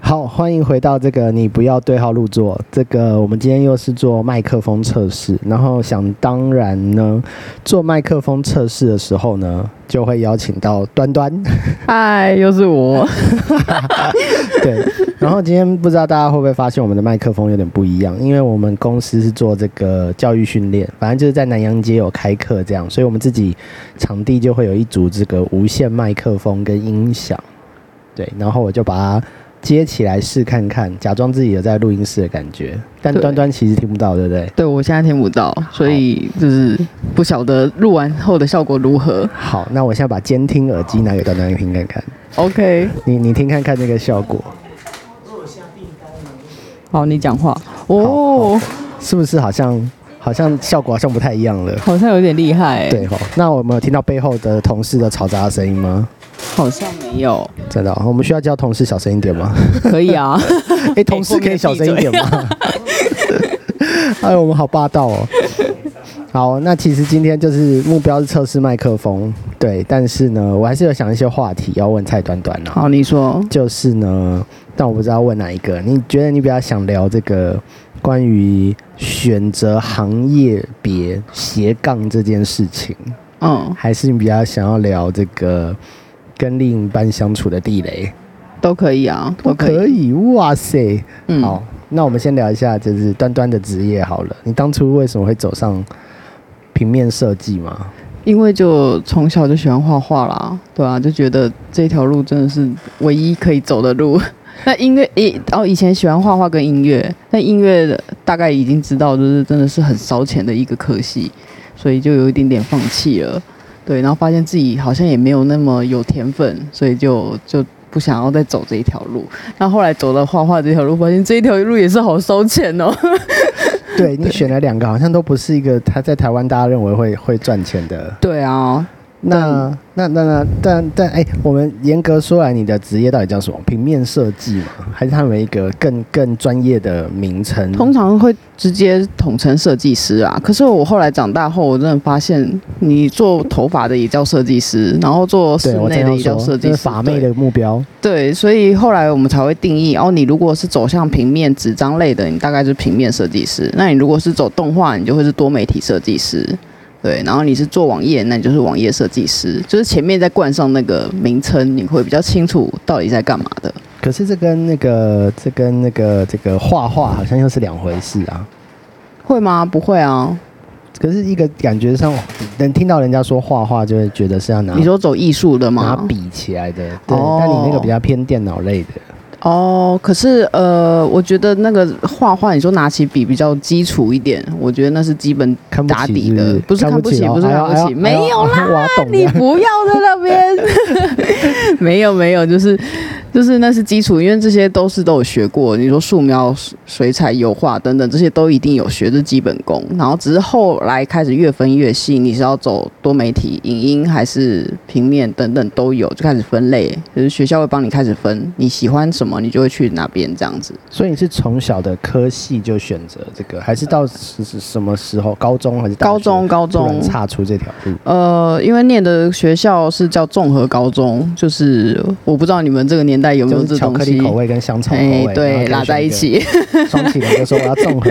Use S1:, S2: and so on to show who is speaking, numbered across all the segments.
S1: 好，欢迎回到这个你不要对号入座。这个我们今天又是做麦克风测试，然后想当然呢，做麦克风测试的时候呢，就会邀请到端端。
S2: 嗨，又是我。
S1: 对，然后今天不知道大家会不会发现我们的麦克风有点不一样，因为我们公司是做这个教育训练，反正就是在南洋街有开课这样，所以我们自己场地就会有一组这个无线麦克风跟音响，对，然后我就把它接起来试看看，假装自己有在录音室的感觉，但
S2: 对
S1: 端端其实听不到，对不对？
S2: 对，我现在听不到，所以就是不晓得录完后的效果如何。
S1: 好，那我现在把监听耳机拿给端端听看看，
S2: OK，
S1: 你你听看看这个效果
S2: 好，你讲话。
S1: 好
S2: 哦，
S1: 是不是好像好像效果好像不太一样了。
S2: 好像有点厉害、欸。，
S1: 对哦，那我们有听到背后的同事的嘈杂的声音吗？
S2: 好像没有。
S1: 真的哦、我们需要叫同事小声一点吗？
S2: 可以啊。
S1: 哎、同事可以小声一点吗？ 哎，我们好霸道哦。好，那其实今天就是目标是测试麦克风，对，但是呢，我还是有想一些话题要问蔡端端啊。
S2: 好，你说。
S1: 就是呢，但我不知道问哪一个。你觉得你比较想聊这个关于选择行业别斜杠这件事情，
S2: 嗯，
S1: 还是你比较想要聊这个跟另一半相处的地雷？
S2: 都可以啊，都
S1: 我
S2: 可
S1: 可
S2: 以。
S1: 以，哇塞！
S2: 嗯，
S1: 好，那我们先聊一下，就是端端的职业好了。你当初为什么会走上平面设计嘛？
S2: 因为就从小就喜欢画画啦，对啊，就觉得这条路真的是唯一可以走的路。 那音乐以哦，以前喜欢画画跟音乐，但音乐的大概已经知道，就是真的是很烧钱的一个科系，所以就有一点点放弃了。对，然后发现自己好像也没有那么有天分，所以就就不想要再走这一条路。那后来走了画画这条路，发现这一条路也是好烧钱哦。
S1: 对你选了两个，好像都不是一个他在台湾大家认为会会赚钱的
S2: 对啊，
S1: 那那那那，但但哎、我们严格说来，你的职业到底叫什么？平面设计吗？还是他们有一个更更专业的名称？
S2: 通常会直接统称设计师啊。可是我后来长大后，我真的发现，你做头发的也叫设计师，然后做室
S1: 对我
S2: 内
S1: 这
S2: 的
S1: 样
S2: 也叫设
S1: 说，
S2: 计
S1: 这
S2: 师，
S1: 是法妹
S2: 对
S1: 的目标。
S2: 对，所以后来我们才会定义哦，你如果是走向平面纸张类的，你大概就是平面设计师；那你如果是走动画，你就会是多媒体设计师。对，然后你是做网页，那你就是网页设计师，就是前面再冠上那个名称，你会比较清楚到底在干嘛的。
S1: 可是这跟那个这跟那个这个画画好像又是两回事啊。
S2: 会吗？不会啊。
S1: 可是一个感觉上，能听到人家说画画，就会觉得是要拿
S2: 你说走艺术的吗？
S1: 拿笔起来的。对，
S2: 哦
S1: 但你那个比较偏电脑类的。
S2: 哦，可是呃，我觉得那个画画，你说拿起笔比较基础一点，我觉得那是基本
S1: 看不
S2: 打
S1: 起
S2: 底
S1: 是不
S2: 的
S1: 是，
S2: 不是看不起，
S1: 哦
S2: 不是
S1: 哎
S2: 看
S1: 呦
S2: 不
S1: 哎呦
S2: 起，没有
S1: 哎
S2: 啦，
S1: 呦 我懂
S2: 你
S1: 了。
S2: 不要在那边， 没有没有，就是就是那是基础，因为这些都是都有学过。你说素描、水彩、油画等等，这些都一定有学这基本功，然后只是后来开始越分越细，你是要走多媒体、影音还是平面等等都有，就开始分类，就是学校会帮你开始分，你喜欢什么，你就会去哪边这样子。
S1: 所以你是从小的科系就选择这个，还是到什什什么时候？高中还是大学
S2: 高中高
S1: 突然
S2: 中
S1: 岔出这条路？
S2: 呃，因为念的学校是叫综合高中，就是我不知道你们这个年代有没有
S1: 就是
S2: 这
S1: 巧
S2: 东
S1: 克
S2: 西哎
S1: 力。口味跟香草口味，然后
S2: 对，
S1: 就
S2: 拉在一起。
S1: 选一个，双起来就说我要综合。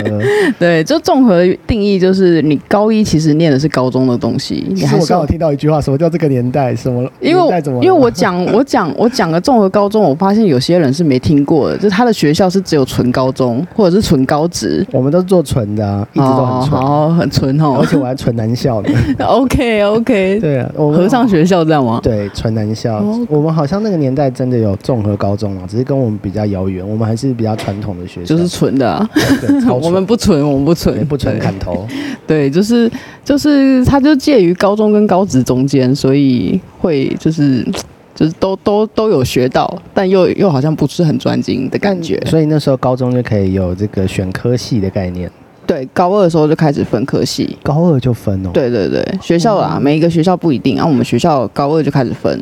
S2: 对，就综合定义就是你高一其实念的是高中的东西，你
S1: 其实
S2: 还
S1: 我
S2: 是
S1: 刚好听到一句话，什么叫这个年代？什么
S2: 因为
S1: 年
S2: 我
S1: 代怎么了？
S2: 因为 我讲我讲我讲个综合高中，我发现有些人是没听过的，就他的学校是只有纯高中或者是纯高职，
S1: 我们都是做纯的啊，一直都很纯，
S2: 哦，好很纯
S1: 而
S2: 哦。
S1: 且我还纯男校的。
S2: OK OK，
S1: 对啊，我们
S2: 合唱学校这样吗？
S1: 对纯男校
S2: 哦，
S1: 我们好像那个年代真的有综合高中啊，只是跟我们比较遥远，我们还是比较传统的学校，
S2: 就是纯的啊、
S1: 对超
S2: 我们不纯，我们不
S1: 纯
S2: 纯，
S1: 不纯
S2: 对
S1: 砍头。
S2: 对，就是就是，它就介于高中跟高职中间，所以会就是就是都都都有学到，但又又好像不是很专精的感觉。
S1: 所以那时候高中就可以有这个选科系的概念，
S2: 对，高二的时候就开始分科系。
S1: 高二就分哦。，嗯
S2: 对对对，学校啦，每一个学校不一定，然、后我们学校高二就开始分，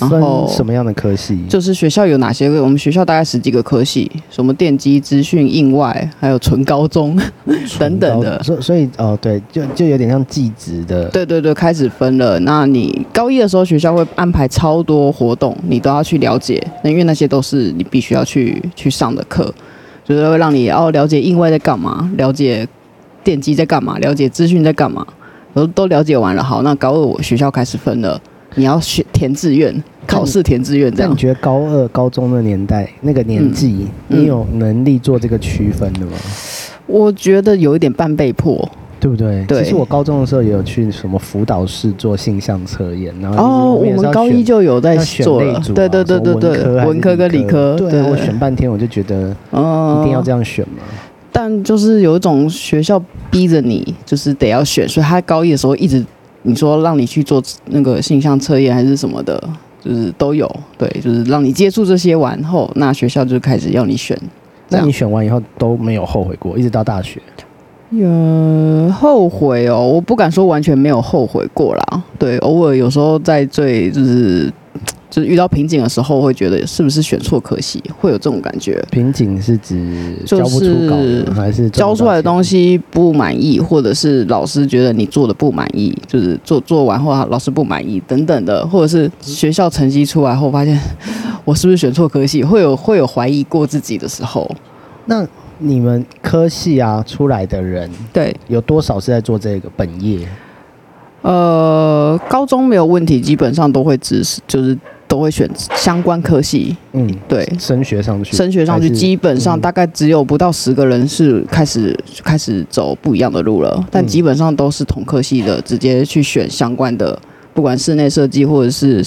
S2: 然
S1: 分
S2: 后
S1: 什么样的科系？
S2: 就是学校有哪些个？我们学校大概十几个科系，什么电机、资讯、应外，还有纯高中。
S1: 纯高
S2: 等等的
S1: 所以所以哦，对，就就有点像技职的，
S2: 对对对，开始分了。那你高一的时候，学校会安排超多活动，你都要去了解，那因为那些都是你必须要去去上的课，就是会让你要了解应外在干嘛，了解电机在干嘛，了解资讯在干嘛，都都了解完了。好，那高二我学校开始分了，你要选填志愿，考试填志愿这
S1: 那
S2: 样
S1: 你。觉得高二、高中的年代那个年纪，
S2: 嗯
S1: 你有能力做这个区分的吗？
S2: 我觉得有一点半被迫，
S1: 对不对？
S2: 对
S1: 其实我高中的时候也有去什么辅导室做性向测验，然后就是
S2: 哦，我
S1: 也是
S2: 们
S1: 要
S2: 高一
S1: 选
S2: 就有在
S1: 要选
S2: 做
S1: 类
S2: 了
S1: 组，嘛啊
S2: 对对对
S1: 什么文
S2: 对对，
S1: 科还是
S2: 文科跟理科，
S1: 对啊，我选半天我就觉得
S2: 嗯，
S1: 一定要这样选嘛。
S2: 但就是有一种学校逼着你，就是得要选，所以他高一的时候一直你说让你去做那个性向测验还是什么的，就是都有，对，就是让你接触这些完后，那学校就开始要你选。这
S1: 那
S2: 样
S1: 你选完以后都没有后悔过，一直到大学。
S2: 呃，后悔哦，我不敢说完全没有后悔过啦。对，偶尔有时候在最就是就是遇到瓶颈的时候，会觉得是不是选错可惜，会有这种感觉。
S1: 瓶颈是指
S2: 就
S1: 交不出稿
S2: 是
S1: 呢还是
S2: 教出来的
S1: 西？
S2: 东西不满意，或者是老师觉得你做的不满意，就是做做完后老师不满意等等的，或者是学校成绩出来后发现我是不是选错科系，会有会有怀疑过自己的时候。
S1: 那你们科系啊出来的人
S2: 对，
S1: 有多少是在做这个本业？
S2: 呃，高中没有问题，基本上都会指示，就是都会选相关科系。
S1: 嗯，
S2: 对，
S1: 升学上去，
S2: 升学上去，
S1: 还是
S2: 基本上
S1: 嗯
S2: 大概只有不到十个人是开始开始走不一样的路了，但
S1: 嗯
S2: 基本上都是同科系的，直接去选相关的，不管室内设计或者是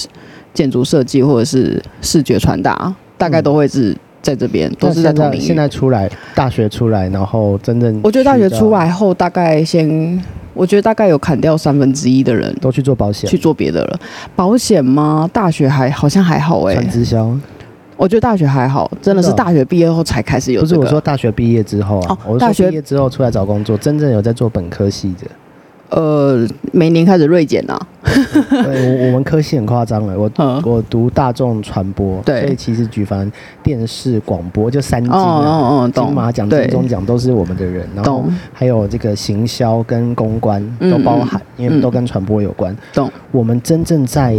S2: 建筑设计或者是视觉传达，大概
S1: 嗯
S2: 都会是在这边，都
S1: 那
S2: 是在
S1: 现
S2: 同领
S1: 现
S2: 域。
S1: 在出来，大学出来，然后真正
S2: 我觉得大学
S1: 去到
S2: 出来后，大概先，我觉得大概有砍掉三分之一的人
S1: 都去做保险
S2: 去，做别的了。保险吗？大学还好像还好哎、
S1: 传直销。
S2: 我觉得大学还好，真的是
S1: 真的哦
S2: 大学毕业后才开始有、
S1: 不
S2: 这
S1: 是
S2: 个。
S1: 我说大学毕业之后啊
S2: 哦，
S1: 我
S2: 大
S1: 是
S2: 学
S1: 说毕业之后出来找工作，真正有在做本科系的。
S2: 呃，每年开始锐减啊，
S1: 对，我我们科系很夸张了，欸我。
S2: 嗯，
S1: 我读大众传播，
S2: 对
S1: 所以其实举凡电视、广播就三金
S2: 哦
S1: 啊，
S2: 哦哦，
S1: 金
S2: 懂，
S1: 马奖、
S2: 对
S1: 金钟奖都是我们的人，然后
S2: 懂，
S1: 还有这个行销跟公关
S2: 嗯
S1: 都包含，因为
S2: 嗯
S1: 都跟传播有关。
S2: 懂，
S1: 我们真正在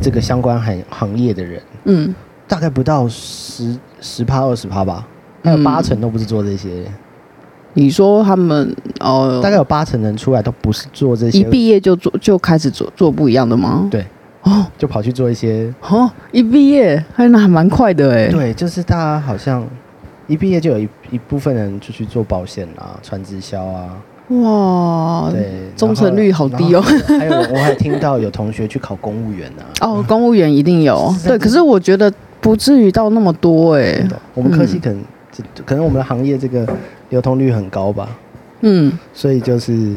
S1: 这个相关行行业的人，
S2: 嗯，
S1: 大概不到十十趴二十趴吧，还有
S2: 嗯
S1: 八成都不是做这些，
S2: 你说他们哦，
S1: 大概有八成人出来都不是做这
S2: 一
S1: 些，
S2: 毕业就做就开始做做不一样的吗？
S1: 对，
S2: 哦
S1: 就跑去做一些。
S2: 哦，一毕业还那还蛮快的哎，
S1: 对，就是大家好像一毕业就有一一部分人就去做保险啦、传直销啊，
S2: 哇，
S1: 对，
S2: 嗯忠诚率好低哦
S1: 然后。然后还有我还听到有同学去考公务员啊。
S2: 哦，公务员一定有，
S1: 是
S2: 对，可是我觉得不至于到那么多哎
S1: 真，的我们科系可能、这可能我们的行业这个流通率很高吧，
S2: 嗯，
S1: 所以就是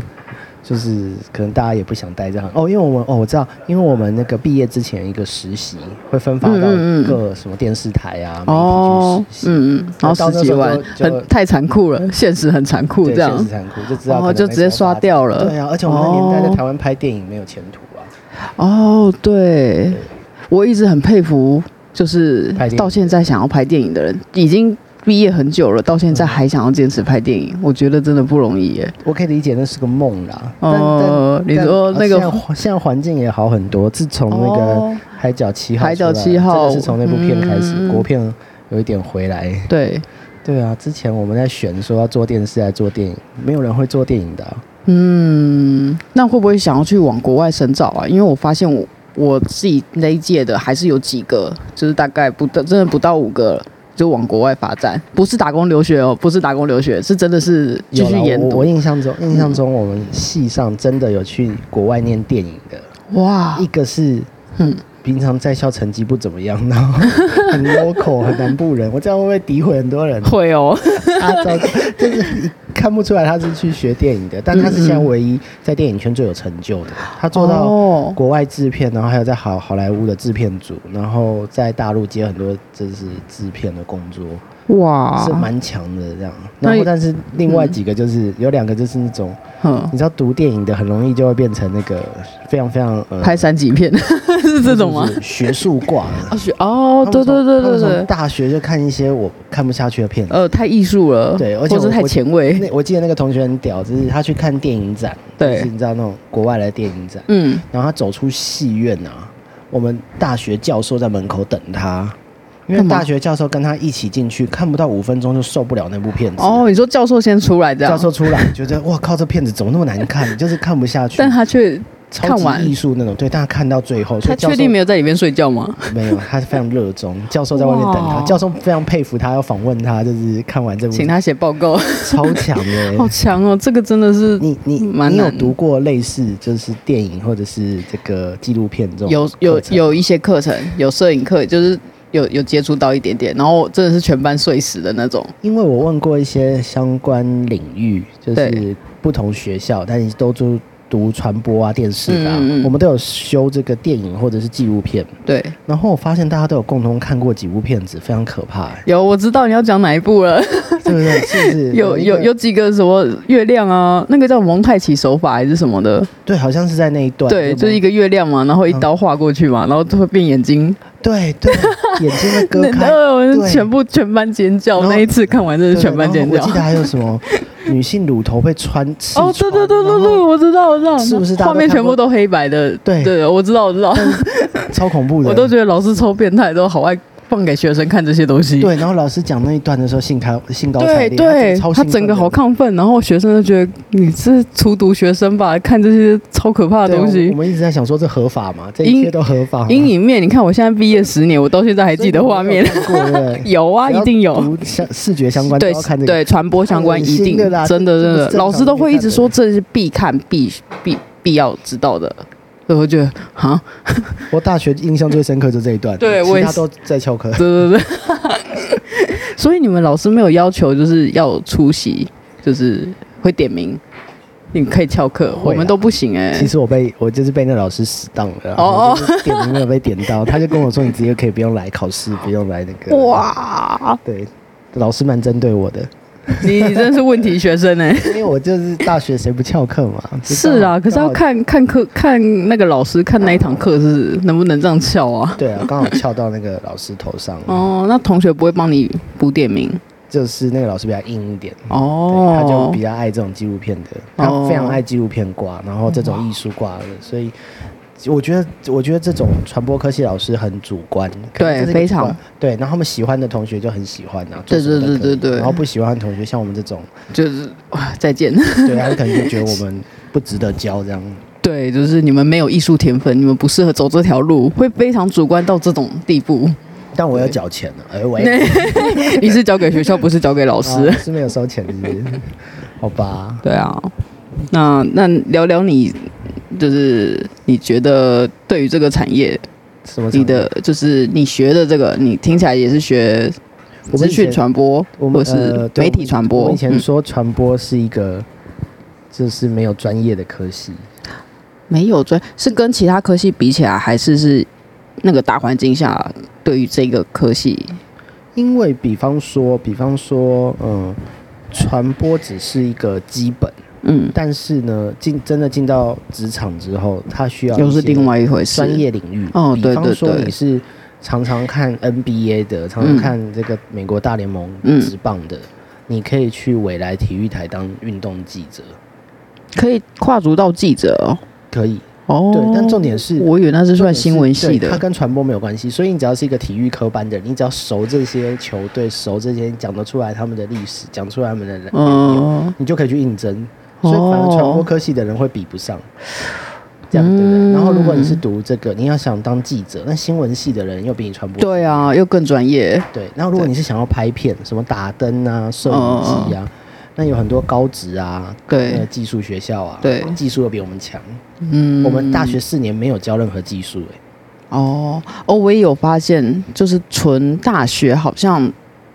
S1: 就是可能大家也不想待这行哦，因为我们哦我知道，因为我们那个毕业之前一个实习会分发到
S2: 嗯嗯嗯
S1: 各什么电视台啊、
S2: 哦
S1: 媒，体去实习，
S2: 嗯嗯，然后十几万
S1: 到那，时候就嗯
S2: 很太残酷了，现实很残酷
S1: 对，
S2: 这样
S1: 现实，残酷就知道
S2: 然
S1: 可
S2: 后
S1: 能
S2: 就
S1: 没
S2: 直接
S1: 什么
S2: 刷
S1: 发展。
S2: 掉了，
S1: 对啊，而且我们那年代在
S2: 哦
S1: 台湾拍电影没有前途啊，
S2: 哦，对，我一直很佩服，就是
S1: 拍电影
S2: 到现在想要拍电影的人，已经毕业很久了，到现在还想要坚持拍电
S1: 嗯
S2: 影，我觉得真的不容易耶。
S1: 我可以理解那是个梦啦。但但
S2: 哦，你
S1: 但
S2: 说
S1: 啊
S2: 那
S1: 现在
S2: 个
S1: 环现在环境也好很多，自从那个《
S2: 哦，
S1: 海角七号》
S2: 海角
S1: 出来
S2: 七号
S1: 真的是从那部片开始，
S2: 嗯
S1: 国片有一点回来。
S2: 对，
S1: 对啊，之前我们在选说要做电视还是做电影，没有人会做电影的啊、
S2: 嗯，那会不会想要去往国外深造啊？因为我发现我我自己那一届的还是有几个，就是大概不到，真的不到五个了。就往国外发展，不是打工留学哦，不是打工留学，是真的是嗯继
S1: 有
S2: 续
S1: 啦
S2: 研
S1: 我我
S2: 读。
S1: 印象中，印象中我们系上真的有去国外念电影的，
S2: 哇
S1: 一，个是
S2: 啊嗯，
S1: 平常在校成绩不怎么样，然后
S2: 啊
S1: 很 local 很南部人，我这样会不会诋毁很多人？
S2: 会哦，
S1: 啊，糟糕，就是看不出来他是去学电影的，但他是现在唯一在电影圈最有成就的，他做到
S2: 嗯哦，
S1: 国外制片，然后还有在好好莱坞的制片组，然后在大陆接很多就是制片的工作，
S2: 哇，
S1: 是蛮强的这样。
S2: 哦那
S1: 然后
S2: 也
S1: 但是另外几个就是、有两个就是那种
S2: 嗯，
S1: 你知道读电影的很容易就会变成那个非常非常呃
S2: 拍三级片 是这种吗
S1: 就？是学术挂的。
S2: 哦，学 哦，对对对
S1: 他们从
S2: 对
S1: 他们从
S2: 对，
S1: 大学就看一些我看不下去的片子。
S2: 呃，太艺术了，
S1: 对而
S2: 或
S1: 且
S2: 者
S1: 我
S2: 太
S1: 我
S2: 前卫，
S1: 那我记得那个同学很屌，就是他去看电影展，就是
S2: 对，
S1: 你知道那种国外的电影展，
S2: 嗯，
S1: 然后他走出戏院啊，我们大学教授在门口等他，因为
S2: 干嘛
S1: 大学教授跟他一起进去，看不到五分钟就受不了那部片子。
S2: 哦，你说教授先出来这
S1: 教
S2: 样，
S1: 授出来觉得哇靠，这片子怎么那么难看，就是看不下去。
S2: 但他却
S1: 超
S2: 看
S1: 级
S2: 完
S1: 艺术那种，对，但他看到最后，所
S2: 他
S1: 以教
S2: 确
S1: 授
S2: 定没有在里面睡觉吗？
S1: 没有，他非常热衷。教授在外面等他，
S2: 哇
S1: 教授非常佩服他，要访问他，就是看完这部
S2: 请他写报告，
S1: 超强的、欸
S2: 好强哦，这个真的是
S1: 你你
S2: 蛮
S1: 你有
S2: 难的
S1: 读过类似就是电影或者是这个纪录片这种
S2: 有有
S1: 课程
S2: 有一些课程，有摄影课，就是有有接触到一点点，然后真的是全班睡死的那种。
S1: 因为我问过一些相关领域，就
S2: 对
S1: 是不同学校，但你都读读传播啊、电视的啊、
S2: 嗯嗯嗯
S1: 我们都有修这个电影或者是纪录片。
S2: 对，，
S1: 然后我发现大家都有共同看过几部片子，非常可怕、欸
S2: 有我知道你要讲哪一部了，
S1: 对不对？是不是？
S2: 有
S1: 一个
S2: 有有几个什么月亮啊，那个叫蒙太奇手法还是什么的，
S1: 对，好像是在那一段，
S2: 对，
S1: 不
S2: 就是一个月亮嘛，然后一刀划过去嘛，然后就会变眼睛，
S1: 对对，眼睛会嗯 割
S2: 那
S1: 开。
S2: 那我们
S1: 对
S2: 全部全班尖叫，
S1: 然后
S2: 那一次看完真
S1: 对
S2: 是全班尖
S1: 然
S2: 叫
S1: 后我记。得还有什么女性乳头被穿刺
S2: 哦，对
S1: 穿
S2: 对对对
S1: 然
S2: 对，
S1: 后
S2: 我知道我知道，
S1: 是不是大家
S2: 画
S1: 都
S2: 面
S1: 看
S2: 全
S1: 过
S2: 部都黑白的？
S1: 对
S2: 对，我知道我知道。
S1: 超恐怖的。
S2: 我都觉得老师超变态，都好爱放给学生看这些东西。
S1: 对，然后老师讲那一段的时候，兴高兴高采
S2: 对
S1: 烈，他真的
S2: 对，
S1: 超兴
S2: 他整
S1: 奋
S2: 个
S1: 的
S2: 好亢奋，然后学生就觉得你是荼毒学生吧，看这些超可怕的
S1: 对啊
S2: 东
S1: 我
S2: 西
S1: 我。们一直在想说这合法吗？这一
S2: 阴
S1: 切都合法吗。
S2: 阴影面，你看我现在毕业十年，我到现在还
S1: 还
S2: 记得画面。
S1: 过对不 对？
S2: 有啊，
S1: 只要
S2: 一定有。
S1: 读相视觉相关都
S2: 对
S1: 要看这个。
S2: 对，传播相关
S1: 恶
S2: 一
S1: 心
S2: 定
S1: 的啦
S2: 真的
S1: 这这
S2: 真
S1: 不
S2: 的
S1: 是，正
S2: 老师
S1: 常
S2: 都会一
S1: 必看
S2: 直
S1: 的
S2: 说这是必看必必必要知道的。对，我觉得啊，
S1: 我大学印象最深刻就这一段，
S2: 对
S1: 其
S2: 我也
S1: 他
S2: 是
S1: 都在翘 课。
S2: 对对对。所以你们老师没有要求就是要出席，就是会点名，你可以翘课，
S1: 会
S2: 我
S1: 啦
S2: 们都不行哎、
S1: 其实我被我就是被那老师死当了，哦，
S2: 哦
S1: 就是点名没有被点 到，他就跟我说你直接可以不用来考试，不用来那个。！
S2: 哇，
S1: 对，老师蛮针对我的，
S2: 你你真的是问题学 生哎、
S1: 因为我就是大学谁不翘课嘛。就刚好
S2: 是啊，可是
S1: 刚
S2: 要
S1: 好
S2: 看看课看那个老师看那一堂课是能不能这样翘啊？
S1: 对啊，刚好翘到那个老师头上，
S2: 哦，那同学不会帮你补点名
S1: 就是那个老师比较硬一点，对他就
S2: 哦
S1: 比。较爱这种纪录片的，他
S2: 哦
S1: 非常爱纪录片挂，然后这种艺术挂的，所以。我觉得，我觉得这种传播科系老师很主观，可能
S2: 对
S1: 这是一个
S2: 非
S1: 主观
S2: 常
S1: 对。然后他们喜欢的同学就很喜欢啊，
S2: 对
S1: 做什么都可以
S2: 对对对对
S1: 然后不喜欢的同学，像我们这种，
S2: 就是哇，再见。
S1: 对，他可能就觉得我们不值得教这样。
S2: 对，就是你们没有艺术天分，你们不适合走这条路，会非常主观到这种地步。
S1: 但我要缴钱了，哎喂，
S2: 你是交给学校，不是交给老
S1: 啊
S2: 师。
S1: 是没有收钱，是不是？好吧，
S2: 对啊，那那聊聊你，就是你觉得对于这个产业，
S1: 什么
S2: 你的就是你学的这个，你听起来也是学
S1: 我们
S2: 资
S1: 以前
S2: 讯传播
S1: 我
S2: 或
S1: 们
S2: 是
S1: 呃对
S2: 媒体传播。
S1: 我们以前
S2: 嗯
S1: 说传播是一个，就是没有专业的科系，
S2: 没有专，是跟其他科系比起来，还是是那个大环境下对于这个科系，
S1: 因为比方说，比方说，嗯，传播只是一个基本，
S2: 嗯，
S1: 但是呢，进真的进到职场之后，它需要
S2: 又是
S1: 一些
S2: 另外一回事。
S1: 专业领域。
S2: 哦对
S1: 比方说
S2: 对嗯对
S1: 你是常常看 NBA 的，常常看这个美国大联盟
S2: 嗯
S1: 职棒的，你可以去未来体育台当运动记者，
S2: 可以跨足到记者哦。
S1: 可以。
S2: 哦，
S1: 对，但重点是。
S2: 我以为那是
S1: 重
S2: 算
S1: 点是
S2: 新闻系
S1: 对它
S2: 的。
S1: 跟传播没有关系，所以你只要是一个体育科班的人，你只要熟这些球队，熟这些讲得出来他们的历史，讲出来他们的人，
S2: 嗯，
S1: 你就可以去应征。所
S2: 哦
S1: 以反而传播科系的人会比不上，这样对不对？
S2: 嗯
S1: 然后如果你是读这个，你要想当记者，那新闻系的人又比你传播
S2: 对啊，又更专业。
S1: 对。然后如果你是想要拍片，什么打灯啊、摄影机啊，那有很多高职啊、那个
S2: 嗯对
S1: 技术学校啊，
S2: 对
S1: 技术又比我们强。
S2: 嗯
S1: 我们大学四年没有教任何技术，哎，
S2: 哦哦，我也有发现，就是纯大学好像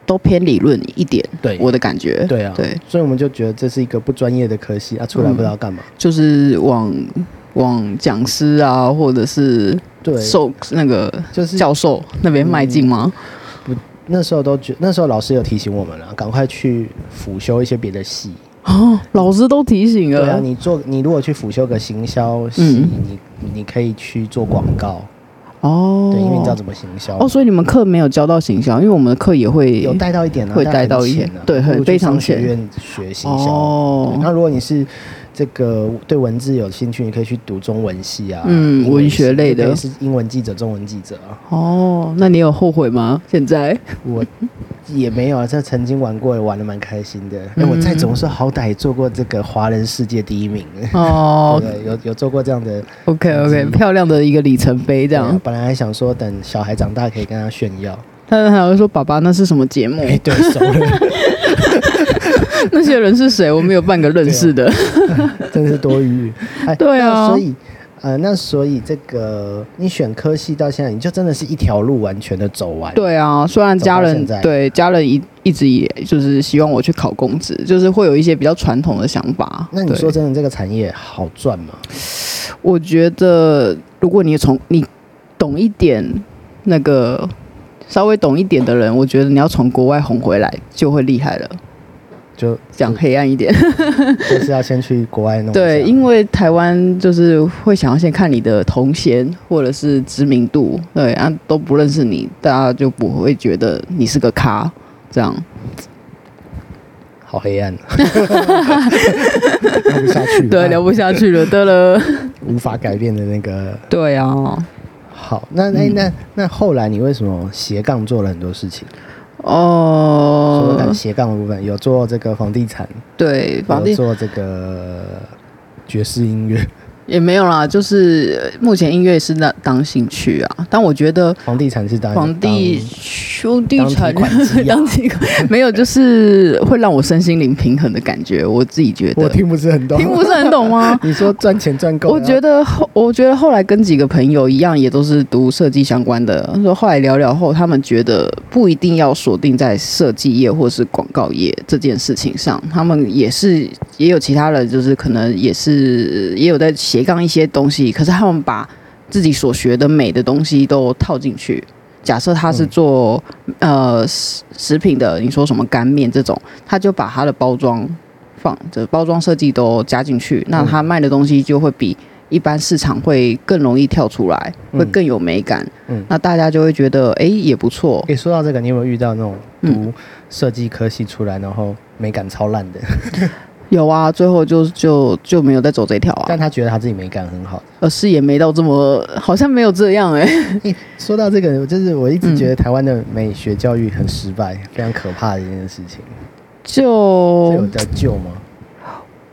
S2: 都偏理论一点，
S1: 对
S2: 我的感觉。
S1: 对啊，
S2: 对，嗯
S1: 所以我们就觉得这是一个不专业的科系啊，出来不知道干嘛。
S2: 就是往往讲师啊，或者是
S1: 对，嗯
S2: 受那个
S1: 就是
S2: 教授那边迈进吗？
S1: 那时候都觉，那时候老师有提醒我们了，赶快去辅修一些别的系。
S2: 哦，老师都提醒
S1: 啊对啊，
S2: 了，
S1: 你做你如果去辅修个行销系，
S2: 嗯
S1: 你你可以去做广告，
S2: 哦，
S1: 对，因为你知道怎么行销。
S2: 哦，所以你们课没有教到行销，因为我们的课也会
S1: 有带到一点啊，
S2: 会
S1: 但
S2: 带
S1: 很
S2: 到一
S1: 浅
S2: 点
S1: 啊
S2: 对
S1: 不
S2: 很
S1: 如
S2: 非
S1: 去商
S2: 常
S1: 学
S2: 浅
S1: 院学行销。对
S2: 哦，
S1: 那如果你是这个对文字有兴趣，你可以去读中文系啊，
S2: 嗯
S1: 英文
S2: 文
S1: 系
S2: 学类
S1: 你可以
S2: 的
S1: 是英文记者、中文记者啊。
S2: 哦，那你有后悔吗？现 在
S1: 我也没有啊，这曾经玩过，也玩的蛮开心的。哎、我再
S2: 嗯
S1: 怎么说，好歹也做过这个华人世界第一名，
S2: 哦
S1: 对有有做过这样的
S2: ，OK
S1: 自
S2: OK，
S1: 己
S2: 漂亮的一个里程碑这
S1: 对啊
S2: 样。
S1: 本来还想说等小孩长大可以跟他炫耀，
S2: 但是还会说爸爸那是什么节目
S1: 哎、？对手了，
S2: 那些人是谁？我没有半个认识的。
S1: 真是多余。哎，
S2: 对啊
S1: 那所以。呃，那所以这个你选科系到现在，你就真的是一条路完全的走完。
S2: 对啊，虽然家
S1: 走到
S2: 人
S1: 现在
S2: 对家人一一直也就是希望我去考公职，就是会有一些比较传统的想法。
S1: 那你
S2: 对
S1: 说真的，这个产业好赚吗？
S2: 我觉得如果你从你懂一点那个稍微懂一点的人，我觉得你要从国外红回来就会厉害了。
S1: 就
S2: 讲黑暗一 点，
S1: 就是要先去国外弄一下。
S2: 对，因为台湾就是会想要先看你的头衔或者是知名度，对啊都不认识你，大家就不会觉得你是个咖，这样
S1: 好黑 暗，啊聊不下去，
S2: 对聊不下去了，得了，
S1: 无法改变的那个。
S2: 对啊，
S1: 好，那那
S2: 嗯
S1: 那那后来你为什么斜杠做了很多事情？说
S2: 哦
S1: 到，斜杠的部分，有做这个房地产，
S2: 对，房地
S1: 有做这个爵士音乐，
S2: 也没有啦，就是呃目前音乐是那当兴趣啊，但我觉得
S1: 房地产是当
S2: 房地
S1: 当
S2: 兄地
S1: 当
S2: 产
S1: 提款机啊
S2: 当提款没有，就是会让我身心灵平衡的感觉，我自己觉
S1: 我
S2: 得。
S1: 听不是很懂。
S2: 听 不是很懂吗？
S1: 你说赚钱赚够了，
S2: 我觉得后，我觉得后来跟几个朋友一样，也都是读设计相关的。说后来聊聊后，他们觉得不一定要锁定在设计业或是广告业这件事情上，他们也是也有其他的，就是可能也是也有在斜杠一些东西，可是他们把自己所学的美的东西都套进去。假设他是做、呃食食品的，你说什么干面这种，他就把它的包装放这包装设计都加进去，
S1: 嗯
S2: 那他卖的东西就会比一般市场会更容易跳出来，
S1: 嗯
S2: 会更有美感。
S1: 嗯
S2: 那大家就会觉得，哎、也不错。
S1: 诶说到这个，你有没有遇到那种
S2: 嗯
S1: 读设计科系出来，然后美感超烂的，
S2: 有啊，最后就就就没有再走这条啊
S1: 但。他觉得他自己美感很好？
S2: 呃，是也没到这么，好像没有这样哎、
S1: 说到这个，就是我
S2: 嗯
S1: 一直觉得台湾的美学教育很失败，非常可怕的一件事情。这有
S2: 就
S1: 在救吗？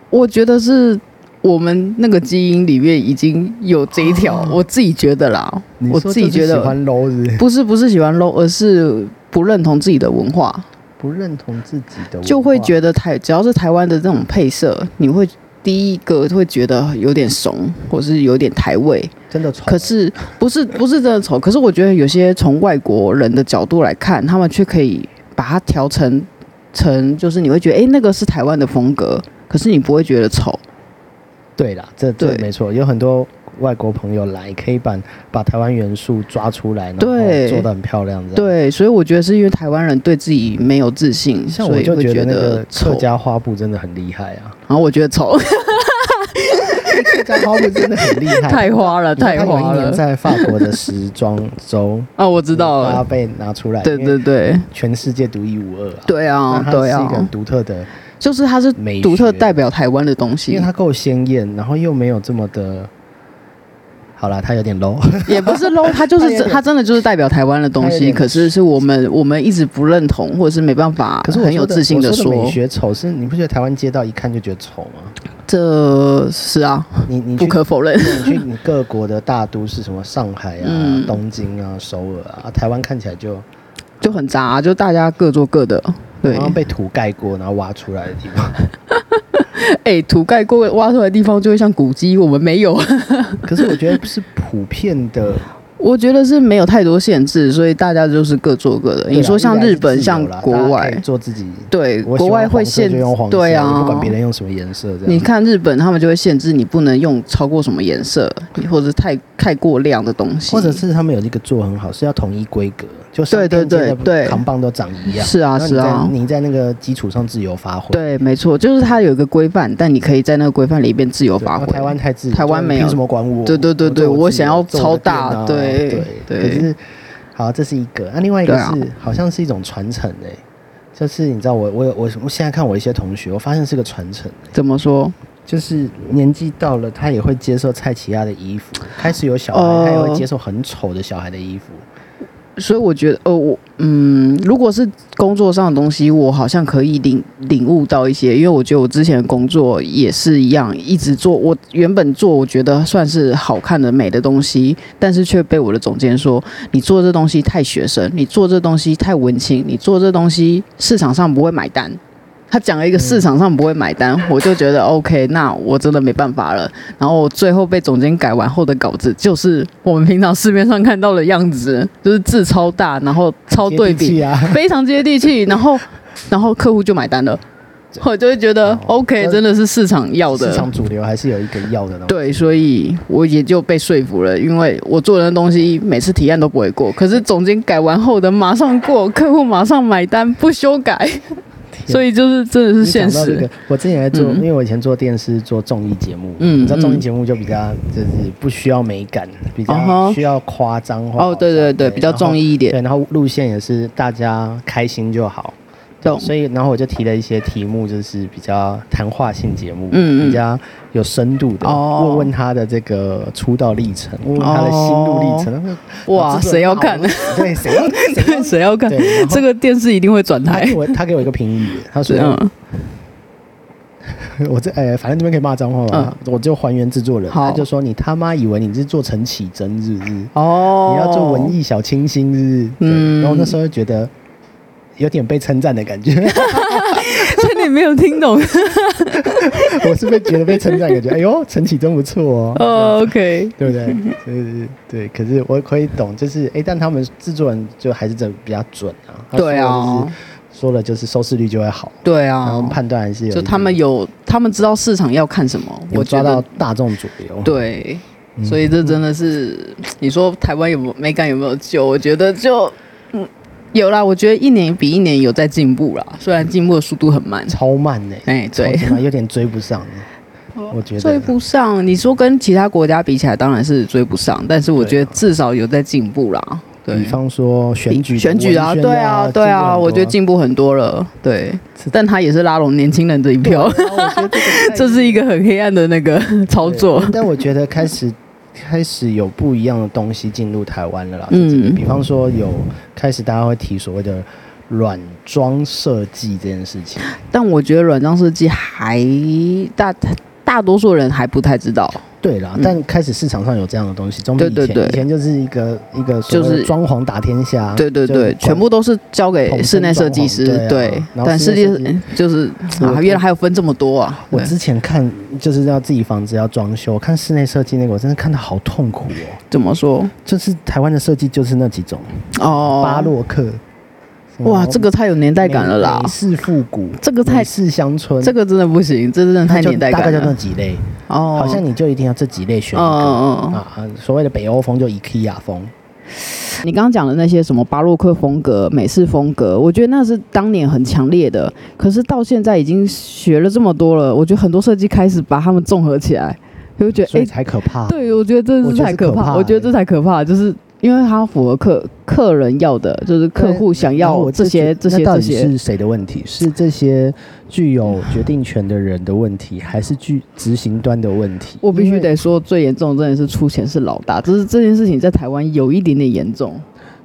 S2: 我觉得是我们那个基因里面已经有这一条，我自己觉得啦
S1: 哦你，
S2: 我
S1: 说
S2: 自己
S1: 就是
S2: 觉
S1: 喜
S2: 得
S1: 欢 low 是不是
S2: 不是不是喜欢 low，而是不认同自己的文化。
S1: 不认同自己的文化，
S2: 就会觉得台只要是台湾的这种配色，你会第一个会觉得有点怂，或是有点台味。
S1: 真的丑。
S2: 可是不是不是真的丑，可是我觉得有些从外国人的角度来看，他们却可以把它调成成，就是你会觉得哎、诶那个是台湾的风格，可是你不会觉得丑。
S1: 对啦，这这
S2: 对
S1: 没错，有很多外国朋友来，可以把把台湾元素抓出来，然后
S2: 对
S1: 做的很漂亮。这样，
S2: 对，所以我觉得是因为台湾人对自己没有自信，
S1: 像
S2: 所
S1: 我
S2: 以
S1: 就
S2: 会
S1: 觉得
S2: 觉
S1: 那
S2: 得
S1: 个
S2: 丑
S1: 客。家花布真的很厉害啊，
S2: 然后我觉得丑，
S1: 客家花布真的很 厉害。
S2: 太花了，
S1: 你看
S2: 太
S1: 他有
S2: 花
S1: 一年
S2: 了。
S1: 在法国的时 装周，
S2: 啊，我知道
S1: 它
S2: 了。
S1: 被拿出来，
S2: 对
S1: 因为
S2: 对对
S1: 全世界独一无二啊。
S2: 对啊，
S1: 那
S2: 对
S1: 它是一个
S2: 啊，
S1: 独特的
S2: 就是它是
S1: 美学，
S2: 独特代表台湾的东
S1: 因为
S2: 西，
S1: 它够鲜艳，然后又没有这么的。好啦，它有点 low，
S2: 也不是 low，它就是真它真的就是代表台湾的东
S1: 它有
S2: 西，
S1: 点
S2: 可是是我们我们一直不认同，或者是没办法
S1: 可是我
S2: 很有
S1: 说的
S2: 自信地
S1: 我说
S2: 说
S1: 的美学丑是，你不觉得台湾街道一看就觉得丑吗？
S2: 这是啊，
S1: 你你
S2: 不
S1: 去
S2: 可否认。
S1: 你去你各国的大都市，什么上海啊、
S2: 嗯
S1: 东京啊、首尔啊，台湾看起来就
S2: 就很杂、就大家各做各的。对
S1: 好，像被土盖过，然后挖出来的地方。
S2: 哎，土 盖过挖出来的地方就会像古迹，我们没有。
S1: 可是我觉得是普遍的
S2: 我觉得是没有太多限制，所以大家就是各做各的。
S1: 对啊
S2: 你说像日本、
S1: 依然
S2: 像
S1: 是自由啦
S2: 国
S1: 大家可以
S2: 外，
S1: 做自己，
S2: 对，
S1: 我
S2: 国
S1: 喜欢
S2: 外会
S1: 黄色
S2: 限
S1: 就用黄色，
S2: 对
S1: 我
S2: 啊，
S1: 不管别人用什么颜色这样。
S2: 你看日本，他们就会限制你不能用超过什么颜色，或者太太过量的东西，
S1: 或者是他们有一个做很好，是要统一规格，就商
S2: 对对
S1: 店街的
S2: 对对
S1: 扛棒都长一样。
S2: 是啊
S1: 然后你
S2: 是啊
S1: 在，你在那个基础上自由发挥。
S2: 对，没错，就是它有一个规范，但你可以在那个规范里边自由
S1: 对
S2: 发
S1: 然
S2: 挥
S1: 后。台湾太自由，
S2: 台湾没有
S1: 就凭什么管我？
S2: 对对对
S1: 我做
S2: 对
S1: 我自己
S2: 我想要
S1: 做
S2: 超
S1: 我的店
S2: 大
S1: 啊
S2: 对
S1: 对
S2: 对
S1: 可是好，这是一个，那、另外一个
S2: 对啊
S1: 是、好像是一种传承诶、就是你知道我我有我我现在看我一些同学，我发现是个传承、欸
S2: 怎么说？
S1: 就是年纪到了，他也会接受蔡奇亚的衣服，开始有小孩，
S2: 哦
S1: 他也会接受很丑的小孩的衣服。
S2: 所以我觉得，呃，我嗯，如果是工作上的东西，我好像可以领领悟到一些，因为我觉得我之前的工作也是一样，一直做我原本做我觉得算是好看的美的东西，但是却被我的总监说你做这东西太学生，你做这东西太文青，你做这东西市场上不会买单。他讲了一个市场上不会买单， 我就觉得 OK，那我真的没办法了。然后最后被总监改完后的稿子，就是我们平常市面上看到的样子，就是字超大，然后超对
S1: 接地
S2: 比，
S1: 气啊，
S2: 非常接地气。然后，然后客户就买单了，我就会觉得
S1: 哦
S2: OK，
S1: 那
S2: 真的是市场要
S1: 市
S2: 的
S1: 场。主流还是有一个要的东西。
S2: 对，所以我也就被说服了，因为我做的东西每次提案都不会过，可是总监改完后的马上过，客户马上买单，不修改，所以就是真的是
S1: 你讲
S2: 现
S1: 到这
S2: 实
S1: 个。，我之前在做，
S2: 嗯
S1: 因为我以前做电视做综艺节目，
S2: 嗯
S1: 你知道综艺
S2: 嗯
S1: 节目就比较就是不需要美感，比
S2: 啊
S1: 较
S2: 哈
S1: 需要夸张化。
S2: 哦，对对对，比较综
S1: 艺。
S2: 艺一点，
S1: 对，然后路线也是大家开心就好。
S2: 懂？
S1: 所以，然后我就提了一些题目，就是比较谈话性节目，
S2: 嗯嗯
S1: 比较有深度的，
S2: 哦
S1: 问问他的这个出道历程，问问他的心路历程。
S2: 哦哇，
S1: 然后制作人
S2: 谁要看？
S1: 好？ 对，谁 要谁要
S2: 谁要看
S1: 对然？后
S2: 这个电视一定会转
S1: 他
S2: 台嗯
S1: 给。我他给我一个评语，他
S2: 这
S1: 说
S2: 样，
S1: 我这哎、反正这边可以骂脏话嘛，我就还原制作人，
S2: 嗯好
S1: 他就说你他妈以为你是做陈绮贞是不是？
S2: 哦
S1: 你要做文， 艺小清新是不是？对
S2: 嗯
S1: 然后那时候就觉得有点被称赞的感觉，
S2: 所以你没有听
S1: 哦
S2: 懂。
S1: 我是被觉得被称赞，感觉哎呦陈绮贞不错哦。
S2: 哦 OK，
S1: 对不 对？所以对，可是我可以懂，就是哎，但他们制作人就还是真的比较准啊。他说
S2: 对
S1: 的
S2: 啊
S1: 就是，说了就是收视率就会好，
S2: 对
S1: 然
S2: 啊
S1: 后，判断还是有一
S2: 就
S1: 定，
S2: 他们有，他们知道市场要看什么，
S1: 有
S2: 我
S1: 抓
S2: 觉
S1: 到
S2: 得
S1: 大众主流。
S2: 对。
S1: 嗯
S2: 所以这真的是，你说台湾有没有美感有没有救？我觉得就，嗯，有啦。我觉得一年比一年有在进步啦，虽然进步的速度很慢。
S1: 超慢呢、欸，
S2: 哎，对
S1: 超，级慢，有点追不上，我觉
S2: 哦追
S1: 得。
S2: 不上，你说跟其他国家比起来，当然是追不上，但是我觉得至少有在进步啦。对，
S1: 啊比方说选举的
S2: 选举啊，
S1: 文宣进步
S2: 对啊，对
S1: 很
S2: 啊，
S1: 多
S2: 我觉得进步很多了。对
S1: 是，
S2: 但他也是拉拢年轻人的一票，
S1: 对啊我觉得这个太
S2: 这是一个很黑暗的那 个操作。
S1: 对但我觉得开始开始有不一样的东西进入台湾了啦。
S2: 嗯
S1: 嗯，比方说有开始大家会提所谓的软装设计这件事情，
S2: 但我觉得软装设计还大大多数人还不太知道，
S1: 对啦，
S2: 嗯
S1: 但开始市场上有这样的东西，总比以前
S2: 对对对
S1: 以前就是一个一个所谓
S2: 就
S1: 的
S2: 是
S1: 装潢打天下，
S2: 对对
S1: 啊就是
S2: 对，全部都是交给室内设计师
S1: 统称，装潢对啊
S2: 对
S1: 然后，
S2: 但
S1: 室
S2: 设
S1: 内
S2: 计
S1: 设计
S2: 就是
S1: 我
S2: 啊，原来还有分这么多啊，
S1: 我
S2: 对
S1: 之前看就是要自己房子要装修，看室内设计那个，我真的看的好痛苦哦。
S2: 怎么说
S1: 就是台湾的设计就是那几种，
S2: 哦，
S1: 巴洛克，
S2: 哇，这个太有年代感了啦
S1: 美，式复古，
S2: 这个
S1: 美
S2: 太
S1: 式乡村，
S2: 这个真的不行，这真的
S1: 它
S2: 太
S1: 就
S2: 年代
S1: 大概
S2: 感
S1: 就那
S2: 了。
S1: 几类，
S2: 哦，
S1: 好像你就一定要这几类选一个
S2: 嗯嗯嗯
S1: 啊。所谓的北欧风就 IKEA 风，
S2: 你刚刚讲的那些什么巴洛克风格、美式风格，我觉得那是当年很强烈的，可是到现在已经学了这么多了，我觉得很多设计开始把它们综合起来，就会觉得
S1: 所
S2: 哎、
S1: 以才可怕。
S2: 对，我觉得这是太可怕，
S1: 我
S2: 我
S1: 觉
S2: 觉
S1: 得
S2: 得
S1: 这
S2: 这才可怕，就是因为它符合客客人要的，就是客户想
S1: 然后
S2: 要
S1: 我
S2: 这
S1: 就觉
S2: 些
S1: 得
S2: 这
S1: 那
S2: 些
S1: 到
S2: 这
S1: 底
S2: 些。
S1: 是谁的问题？是这些具有决定权的人的问题，还是具执行端的问题？
S2: 我必
S1: 因
S2: 须
S1: 为
S2: 得说，最严重的真的是出钱是老大，这是这件事情在台湾有一点点严重，